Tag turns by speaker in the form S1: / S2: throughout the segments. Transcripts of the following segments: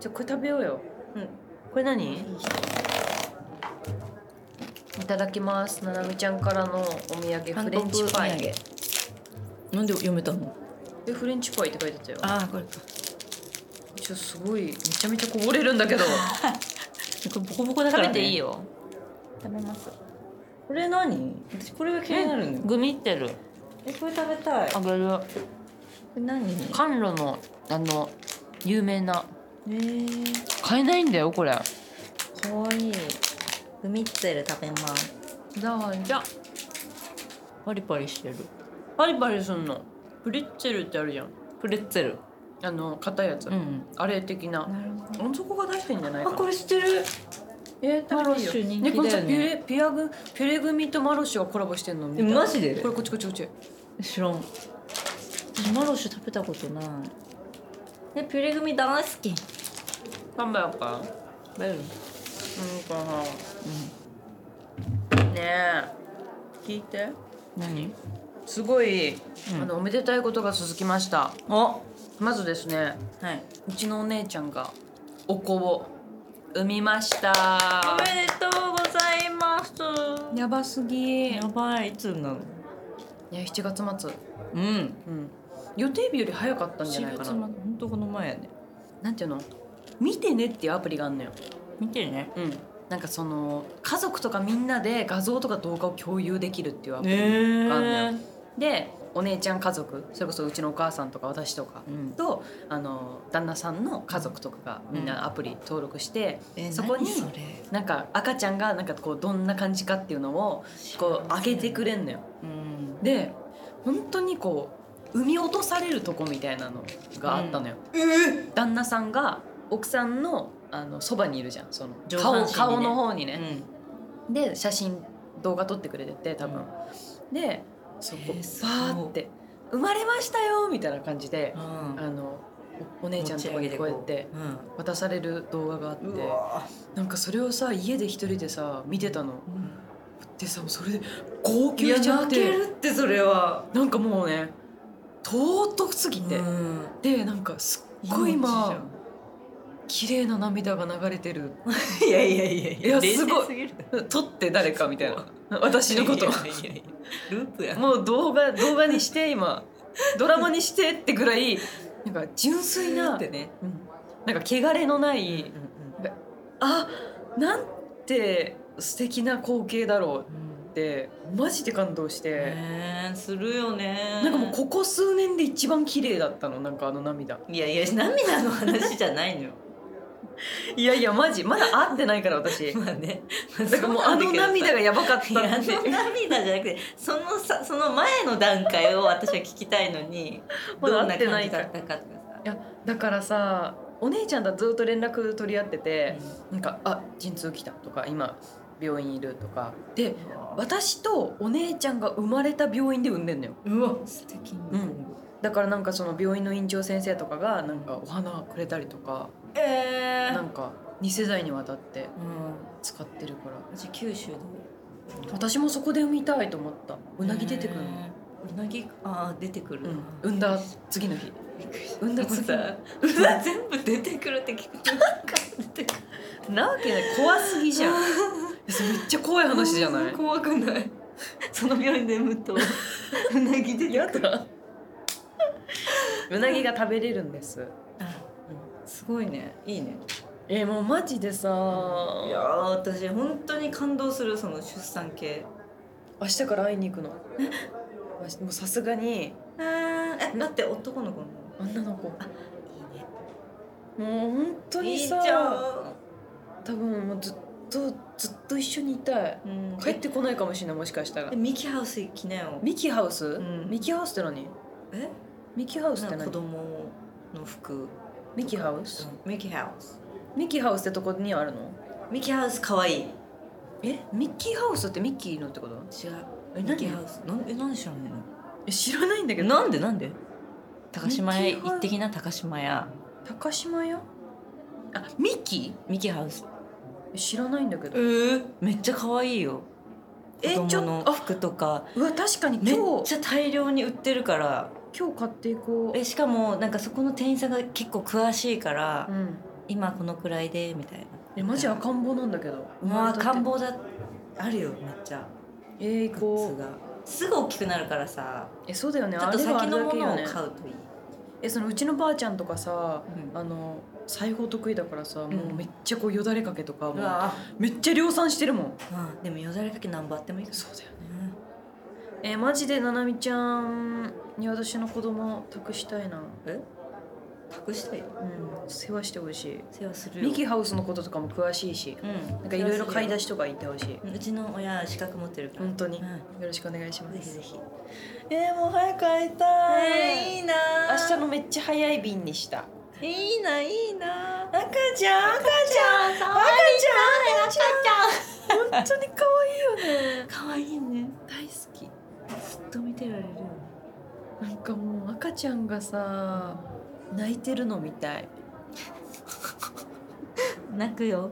S1: じゃあこれ食べようよ。うん。これ何？いただきます。ななみちゃんからのお土産フレンチパイ。
S2: なんで読めたの
S1: えフレンチパイって書いてたよ。
S2: ああこれ
S1: ちょすごいめちゃめちゃこぼれるんだけど。
S2: これボコボコだか
S1: 食
S2: ら、
S1: べ
S2: ね、
S1: ていいよ。
S2: 食べます
S1: これ何？私これが気になるんだよ。
S2: グミってる
S1: えこれ食べたい。
S2: あげる
S1: 何？
S2: 甘露のあの有名な
S1: えー、
S2: 買えないんだよこれ
S1: かわいい。
S3: グミッツェル食べます。
S2: どうぞパリパリしてる
S1: パリパリすんの。プリッツェルってあるじゃん。
S2: プレッツェル
S1: あの硬いやつ。
S2: ん
S1: あれ的な。
S3: なるほ
S1: あそこが出してんじゃないかな。
S2: れ知ってる
S1: えー、食べていい
S2: マロッ
S1: よ
S2: シュ人
S1: ね
S2: 気
S1: この
S2: だ
S1: さ
S2: よね
S1: ピュレピュアグピュレ組とマロッシュがコラボしてんの見た
S2: えマジで
S1: これこっちこっちこっち
S2: 知らん
S3: マロッシュ食べたことない。え、ピュレグミ大好き。
S1: 頑張ようか
S2: ベル
S1: うんかなねえ聞いて
S2: 何
S1: すごい、
S2: うん
S1: あのおめでたいことが続きました
S2: お
S1: まずですね
S2: はい。
S1: うちのお姉ちゃんがお子を産みました
S3: おめでとうございます。
S1: やばすぎいや
S2: やばい、いつなの。
S1: 7月末
S2: うん。
S1: うん予定日より早かったんじゃないかな
S2: 本当この前やね。
S1: なんていうの見てねっていうアプリがあんのよ
S2: 見てね。
S1: うん、なんかその家族とかみんなで画像とか動画を共有できるっていうアプリ、
S2: え
S1: あんのでお姉ちゃん家族それこそうちのお母さんとか私とか
S2: うん。
S1: とあの旦那さんの家族とかがみんなアプリ登録して、そこに
S2: 何それ
S1: なんか赤ちゃんがなんかこうどんな感じかっていうのをこう上げてくれんのよ。
S2: うん。
S1: で本当にこう産み落とされるとこみたいなのがあったのよ。旦那さんが奥さんのあのそばにいるじゃんその
S2: 上半身
S1: 顔
S2: に
S1: 顔
S2: ね
S1: の方にね。
S2: ん。
S1: で写真動画撮ってくれてて多分、でそこバ
S2: えーすごい
S1: ーって「生まれましたよ」みたいな感じで、
S2: うん。
S1: あのおお姉ちゃんとかにこうやって
S2: うん。
S1: 渡される動画があってなんかそれをさ家で一人でさ見てたのでさそれで号
S2: い
S1: 泣
S2: や
S1: しちゃっ
S2: 泣け
S1: て
S2: るってそれは。
S1: なんかもうね尊すぎて、
S2: うん。
S1: でなんかすっごい今綺麗な涙が流れてる
S2: 命じゃん。いやいやいやい
S1: いやすごい
S2: ぎる。
S1: 撮って誰かみたいな私のこと
S2: いやいやいやループや。
S1: もう動画動画にして今ドラマにしてってぐらいなんか純粋な、
S2: ってね。
S1: うんなんか汚れのないあなんて素敵な光景だろうってマジで感動して、
S2: ええ、するよね。
S1: なんかもうここ数年で一番綺麗だったのなんかあの涙
S2: いやいや涙の話じゃないのよ。
S1: いやいやマジまだ会ってないから 私
S2: まあね。
S1: だからもうあの涙がやばかっ
S2: い
S1: た
S2: や
S1: っ
S2: あ
S1: て
S2: の涙じゃなくてそのさその前の段階を私は聞きたいの に
S1: まだ
S2: ど
S1: 会
S2: んな
S1: ってな
S2: 感
S1: い
S2: じ
S1: か
S2: だ
S1: ら
S2: ったかとかさ
S1: いやだからさお姉ちゃんとはずっと連絡取り合ってて、なんか「あ陣痛来た」とか「今病院いる」とかで私とお姉ちゃんが生まれた病院で産んでんのよ
S2: うわ素敵に、
S1: うんだからなんかその病院の院長先生とかがなんかお花くれたりとか
S2: え
S1: なんか2世代にわたって
S2: うん
S1: 使ってるから
S2: 私九州で
S1: 私もそこで産みたいと思ったうなぎ出てくるの、
S2: うなぎあー出てくる
S1: う
S2: な、
S1: ん、産んだ次の日
S2: びっくりした
S1: 産んだ
S2: もう
S1: 次
S2: さ
S1: の
S2: うわ全部出てくるって聞くとなんか出て くる
S1: 日なわけない怖すぎじ ゃんいやそれめっちゃ怖い話じゃない
S2: 怖くないその病院で産む とうなぎ出てくる
S1: だうなぎが食べれるんです
S2: あすごいねいいね
S1: えもうマジでさ
S2: いやー私本当に感動するその出産系
S1: 明日から会いに行くのわしもうさすがに
S2: えーえ待って男の子の
S1: 女の子も
S2: いいね
S1: う本当に
S2: いいじ
S1: さ
S2: ゃ
S1: 多分もうずっとずっと一緒にいたい
S2: ん、うん、
S1: 帰ってこないかもしれないもしかしたら
S2: えミキハウス行きなよ
S1: ミキハウス、
S2: ん
S1: ミキハウスって何
S2: え
S1: ミキハウスって
S2: なんか子
S1: 何
S2: 供の服
S1: ミキハウス、
S2: ミキハウス
S1: ミキハウスってとこにあるの
S2: ミキハウス可愛い違う
S1: えミッキーハウスってミッキーのってことえ
S2: ミキハ
S1: 何
S2: ウスなんえ何知らないの
S1: え知らないんだけど
S2: なんでなんで高島屋
S1: ミキハウス
S2: 行ってきな高島屋
S1: 高島屋あミッキ
S2: ミキハウス
S1: ーえ知らないんだけど
S2: えー、めっちゃ可愛いよ子
S1: えちょ
S2: 供の
S1: あ
S2: 服とか
S1: うわ確かに
S2: めっ
S1: 今日
S2: ちゃ大量に売ってるから
S1: 今日買っていこう
S2: えしかもなんかそこの店員さんが結構詳しいから
S1: う、ん
S2: 今このくらいでみたいな
S1: えマジ赤ん坊なんだけど
S2: うわ赤ん
S1: 坊
S2: 坊だあるよめっちゃ
S1: えー、
S2: グッズ
S1: こう
S2: がすぐ大きくなるからさ
S1: えそうだよね
S2: ちょっと
S1: あれはあれ
S2: 先の
S1: だ
S2: も
S1: け
S2: の
S1: よ
S2: を
S1: ね
S2: 買うといい、
S1: えそのうちのばあちゃんとかさ
S2: うん
S1: あの裁縫得意だからさ、
S2: ん
S1: もうめっちゃこうよだれかけとかも
S2: う
S1: う
S2: わ
S1: めっちゃ量産してるもん
S2: うんでもよだれかけなんぼあってもいいから
S1: そうだよね
S2: ね
S1: えマジでななみちゃんに私の子供託したいな
S2: え託したい
S1: うん世話してほし
S2: 世話す
S1: い
S2: るよ
S1: ミキハウスのこととかも詳しいし
S2: うん
S1: なんかいろいろ買い出
S2: し
S1: しとか行ってほしいう
S2: ちの親は資格持ってるから
S1: 本当に、
S2: うん
S1: よろしくお願いしま
S2: ぜひ
S1: す
S2: ぜひ
S1: えー、もう早く会いた
S2: えーいいな
S1: 明日のめっちゃ早い便にした
S2: いいないいな
S1: 赤ちゃん赤ちゃん
S2: ん
S1: 赤ち
S2: ち
S1: ゃん本当に可愛いよね
S2: ゃん可愛いね
S1: 大好き
S2: ずっと見てられるよね
S1: なんかもう赤ちゃんがさ泣いてるのみたい
S2: 泣くよ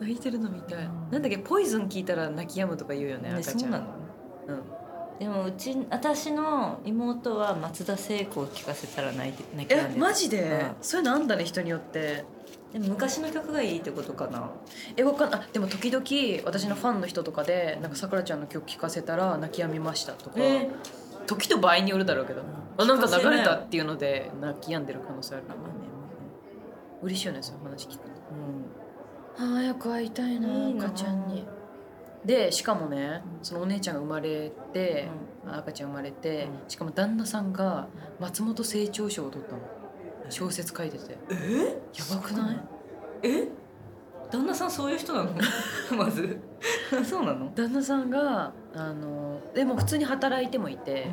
S1: 泣いてるのみたい、
S2: うん
S1: なんだっけポイズン聞いたら泣き止むとか言うよね
S2: ね
S1: 赤ちゃん
S2: の
S1: うん
S2: でもうち私の妹は松田聖子を聴かせたら泣いて泣き止んで
S1: え
S2: る
S1: マジで
S2: う
S1: それなんだね人によって
S2: でも昔の曲がいいってことかな
S1: えわかんないあでも時々私のファンの人とかでなんかさくらちゃんの曲聴かせたら泣き止みましたとか、
S2: え
S1: 時と場合によるだろうけど、あ
S2: うん
S1: なんか
S2: 聞かせ
S1: 流
S2: ない
S1: れたっていうので泣き止んでる可能性ある
S2: まあね
S1: 嬉しいよねそういう話聞くと
S2: まあね
S1: あ早く会いたい
S2: いいな
S1: 赤ちゃんにでしかもね
S2: うん
S1: そのお姉ちゃんが生まれて、赤ちゃん生まれて、しかも旦那さんが松本清張賞を取ったの小説書いてて
S2: うんえ
S1: やばくない
S2: え旦那さんそういう 人なのまずそうなの
S1: 旦那さんがあのでも普通に働いてもいて、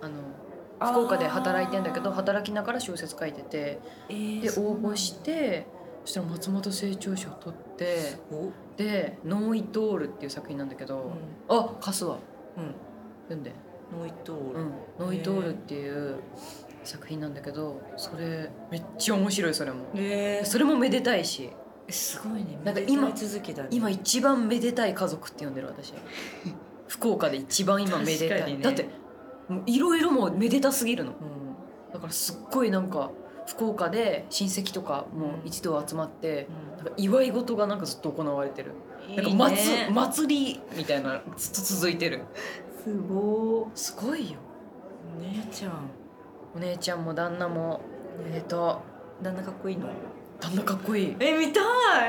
S1: あの福岡で働いてんだけど働きながら小説書いててで応募してそしたら松本清張賞取って
S2: おうん
S1: で「ノーイトール」っていう作品なんだけど、あ貸すわ読んで
S2: ノイトー
S1: う
S2: ル
S1: ん、ノイトールっていう作品なんだけどそれめっちゃ面白いそれも
S2: え
S1: それもめでたいし
S2: すごいね
S1: なんか
S2: 今
S1: 今
S2: 続きだね
S1: 今一番めでたい家族って呼んでる 私福岡で一番今めで
S2: 確
S1: た
S2: か
S1: い、
S2: にね
S1: だってもういろいろもうめでたすぎるの
S2: うん
S1: だからすっごいなんか福岡で親戚とかも一度集まって、なんか祝い事がなんかずっと行われてる
S2: うん
S1: なんか
S2: い
S1: 祭
S2: いね
S1: 祭りみたいなずっと続いてる
S2: すご
S1: すごいよ
S2: い姉ちゃん
S1: お姉ちゃんも旦那もおめでと
S2: 旦那かっこいいの
S1: う旦那かっこいい
S2: え見た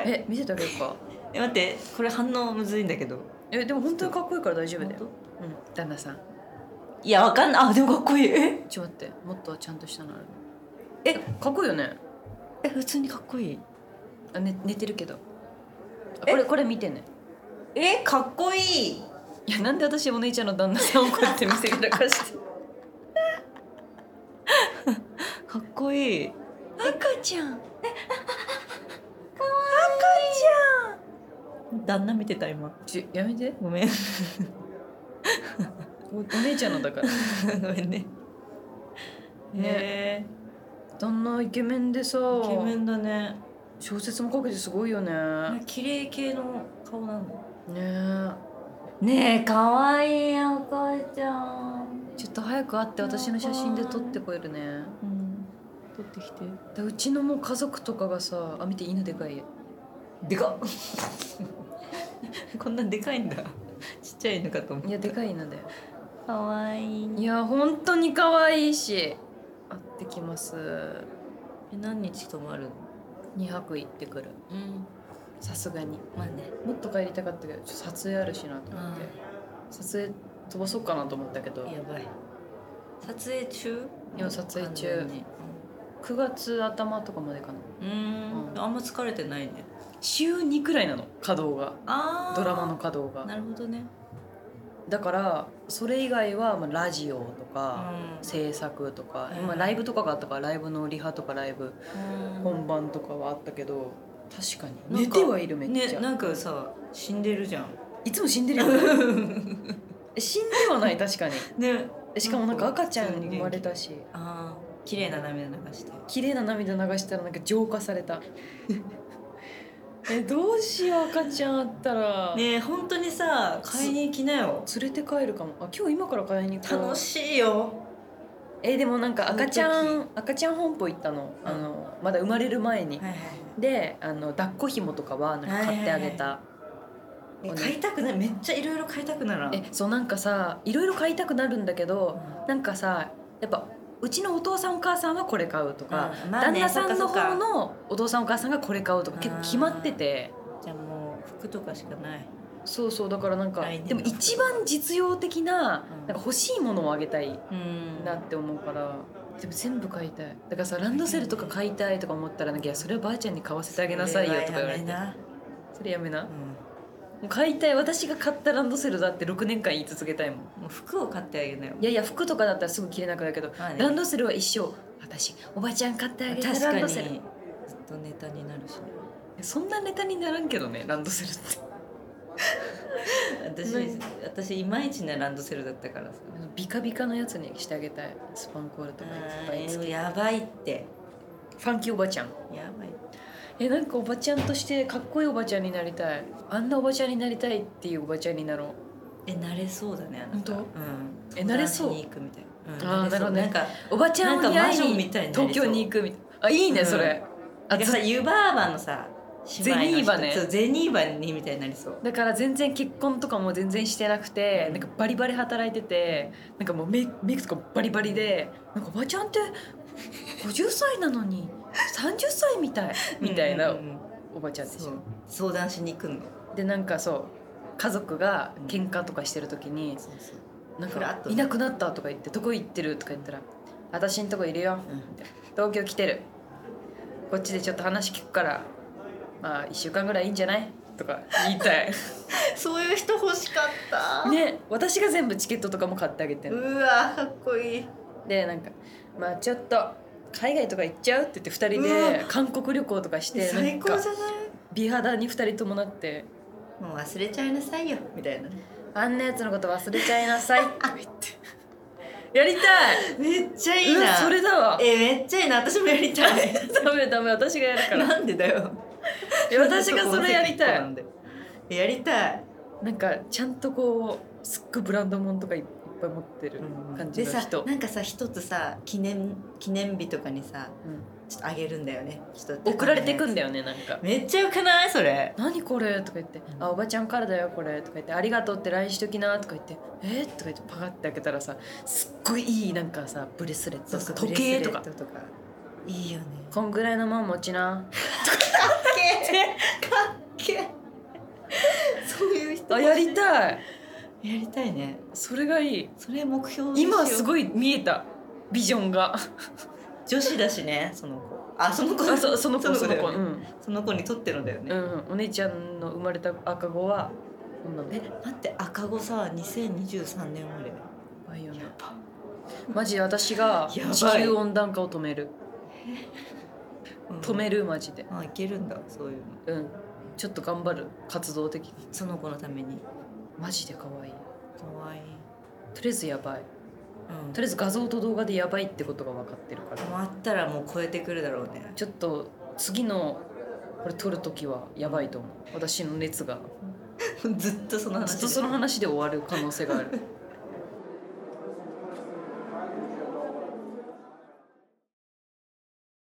S2: い
S1: え見せてあげるか
S2: え待ってこれ反応むずいんだけど
S1: えでも本当にかっこいいから大丈夫だよ、
S2: 本
S1: うん、旦那さん
S2: いやわかんないあでもかっこいいえ
S1: ちょっと待ってもっとちゃんとしたのある
S2: え
S1: かっこいいよね
S2: え普通にかっこいい
S1: あ、ね、寝てるけどあこれこれ見てね
S2: えかっこいい
S1: いやなんで私お姉ちゃんの旦那さんをこうやって見せびらかして
S2: かっこいい
S1: 赤ち ゃん
S2: 旦那見てた今
S1: ちょやめて
S2: ごめん
S1: おお姉ちゃんのだから
S2: ごめんねね
S1: 旦那イケメンでさ
S2: イケメンだね
S1: 小説も書けてすごいよねね
S2: 綺麗系の顔なの
S1: え
S3: ねえ可愛い赤ちゃん、
S1: ちょっと早く会って私の写真で撮ってこえるね
S2: うん撮ってきて
S1: でうちのもう家族とかがさあ見て犬でかい
S2: でかっ こんなでかいんだちっちゃい犬かと思う
S1: いやでかい犬だよ
S2: 可愛い
S1: いや本当に可愛いし会ってきます
S2: え何日泊まるの
S1: 2泊行ってくる
S2: うん
S1: さすがに
S2: まあね
S1: もっと帰りたかったけどちょっと撮影あるしなと思って撮影飛ばそうかなと思ったけど
S2: やばい撮影中
S1: 今撮影中
S2: 完全に
S1: 9月頭とかまでかな
S2: うんうー
S1: うん
S2: んあんま疲れてないね
S1: 週2くらいなの稼働が
S2: あー
S1: ドラマの稼働が
S2: なるほどね
S1: だからそれ以外はまあラジオとか、
S2: う
S1: 制作とか、
S2: うん
S1: まあ、ライブとかがあったからライブのリハとかライブ
S2: ん
S1: 本番とかはあったけど確かに
S2: なん
S1: 寝
S2: か
S1: てはいるめっち
S2: ね
S1: ゃ、
S2: なんかさ死んでるじゃん
S1: いつも死んでるよね 死んではない確かに
S2: ね
S1: しかもなんか赤ちゃん生まれたし
S2: ああ綺麗な涙流して
S1: 綺麗な涙流したらなんか浄化され たえどうしよう赤ちゃんあったら、
S2: ねえ本当にさ買いに行きなよ
S1: 連れて帰るかもあ今日今から買いに行こう
S2: 楽しいよ
S1: えーでもなんか赤ちゃ
S2: その
S1: ん赤ちゃん本舗行ったのあのまだ生まれる前に、
S2: はいはい
S1: であの抱っこ紐とかはなんか買ってあげた、
S2: え買いたくなるめっちゃいろいろ買いたくならん
S1: えそうなんかさいろいろ買いたくなるんだけどなんかさやっぱうちのお父さんお母さんはこれ買うとか、
S2: うんまあね
S1: 旦那さんの
S2: そっかそ
S1: 方
S2: っか
S1: のお父さんお母さんがこれ買うとか結構決まってて
S2: じゃあもう服とかしかない
S1: そうそうだからなんか
S2: 来年
S1: でも一番実用的な
S2: うん
S1: なんか欲しいものをあげたい
S2: うん
S1: なって思うから。でも全部買いたいだからさランドセルとか買いたいとか思ったらなんかいやそれはばあちゃんに買わせてあげなさいよとか言われて
S2: な、
S1: それやめな
S2: う
S1: も
S2: ん
S1: う買いたい私が買ったランドセルだって6年間言い続けたいもん
S2: もう服を買ってあげなよ
S1: いやいや服とかだったらすぐ着れなくなるけど、
S2: まあね
S1: ランドセルは一生私おばちゃん買ってあげた
S2: 確
S1: ラ
S2: か
S1: ンド
S2: に
S1: セ
S2: ず
S1: ル
S2: っとネタになるし、
S1: そんなネタにならんけどねランドセルって
S2: 私
S1: 何
S2: 私いまいちなランドセルだったからさ
S1: ビカビカのやつにしてあげたいスパンコールとかいっ
S2: あ
S1: ぱいつけ
S2: ーやばいって
S1: ファンキーおばちゃん
S2: やばい
S1: えなんかおばちゃんとしてかっこいいおばちゃんになりたいあんなおばちゃんになりたいっていうおばちゃんになろ
S2: え慣れそうだねあなた
S1: 本
S2: うん
S1: え慣れそう
S2: 相談しに行くみたい
S1: あーなるほどね
S2: なんか
S1: うおばちゃんに会い
S2: なんかマンション
S1: に
S2: みたいになりそう
S1: 東京に行くみたいなあいいね
S2: うん
S1: それ、あ
S2: なんかさ
S1: ず
S2: 湯婆婆のさ姉妹の
S1: ゼ
S2: 人
S1: ニーバね
S2: そうゼニーバにみたいになりそう
S1: だから全然結婚とかも全然してなくて
S2: うん
S1: なんかバリバリ働いててなんかもうメイメイクとかバリバリでなんかおばちゃんって50歳なのに30歳みたいみたいな
S2: うんうんうん
S1: おばちゃんでし
S2: そ
S1: ょ
S2: う。相談しに行くの
S1: でなんかそう家族が喧嘩とかしてる時に
S2: そうそ
S1: 「
S2: う
S1: なん
S2: ふら
S1: か
S2: っと
S1: いなくなった」とか言って「どこ行ってる?」とか言ったら「私んとこいるよ
S2: うん
S1: 東京来てるこっちでちょっと話聞くからまあ1週間ぐらいいいんじゃない?」とか言い たい。
S2: そういう人欲しかった、
S1: ね私が全部チケットとかも買ってあげてんの
S2: うわかっこいい
S1: でなんか「まあちょっと海外とか行っちゃう?」って言って2人
S2: う
S1: で
S2: わ
S1: 韓国旅行とかしてな
S2: 最
S1: ん
S2: 高じゃ
S1: か
S2: ない
S1: 美肌に2人ともなって
S2: もう忘れちゃいなさいよみたいな
S1: 「あんなやつのこと忘れちゃいな さい」って言ってやりたい
S2: めっちゃいいう
S1: わ
S2: な
S1: それだわ
S2: えめっちゃいいな私もやりたい
S1: ダメダメ私がやるから
S2: なんでだよ
S1: いや私がそれやりたい
S2: やりたい、
S1: なんかちゃんとこうすっごいブランドもんとかいっぱい持ってる感じ
S2: で
S1: の
S2: さ
S1: 人、
S2: なんかさ一つさ記念記念日とかにさ
S1: うん
S2: ちょっとあげるんだよねちょっと
S1: 送られてくんだ
S2: よ
S1: よねなんか
S2: めっちゃよくないそれ
S1: 何これ?」とか言って「あおばちゃんからだよこれ」とか言って「ありがとうって LINE しときな」とか言って「えー、とか言ってパカッて開けたらさすっごいいいなんかさブレスレットとか時計とか
S2: ブレスレットいいよね
S1: 「こんぐらいのもん持ちな」
S2: かっ けかっけそういう人
S1: あやりたい
S2: やりたいね
S1: それがいい
S2: それ目標にしよう
S1: 今すごい見えたビジョンが
S2: 女子だしねその子あその子
S1: あ そその子そ
S2: その
S1: の
S2: 子
S1: 子
S2: だ
S1: う
S2: よね
S1: ん、
S2: その子にとってるんだよね、
S1: うんうん、お姉ちゃんの生まれた赤子は女の子
S2: え待って赤子さ2023年生まれ
S1: やばいよね
S2: ば
S1: マジで私が
S2: やばい
S1: 地球温暖化を止める止め
S2: る
S1: るマジで
S2: あいけるんだそういうの
S1: うんちょっと頑張る活動的に
S2: その子のために
S1: マジで可愛い
S2: かわいい、
S1: とりあえずやばい
S2: うん、
S1: とりあえず画像と動画でやばいってことが分かってるから
S2: 回ったらもう超えてくるだろうね
S1: ちょっと次のこれ撮る時はやばいと思う私の熱が
S2: ずっとその話
S1: ずっとその話で終わる可能性がある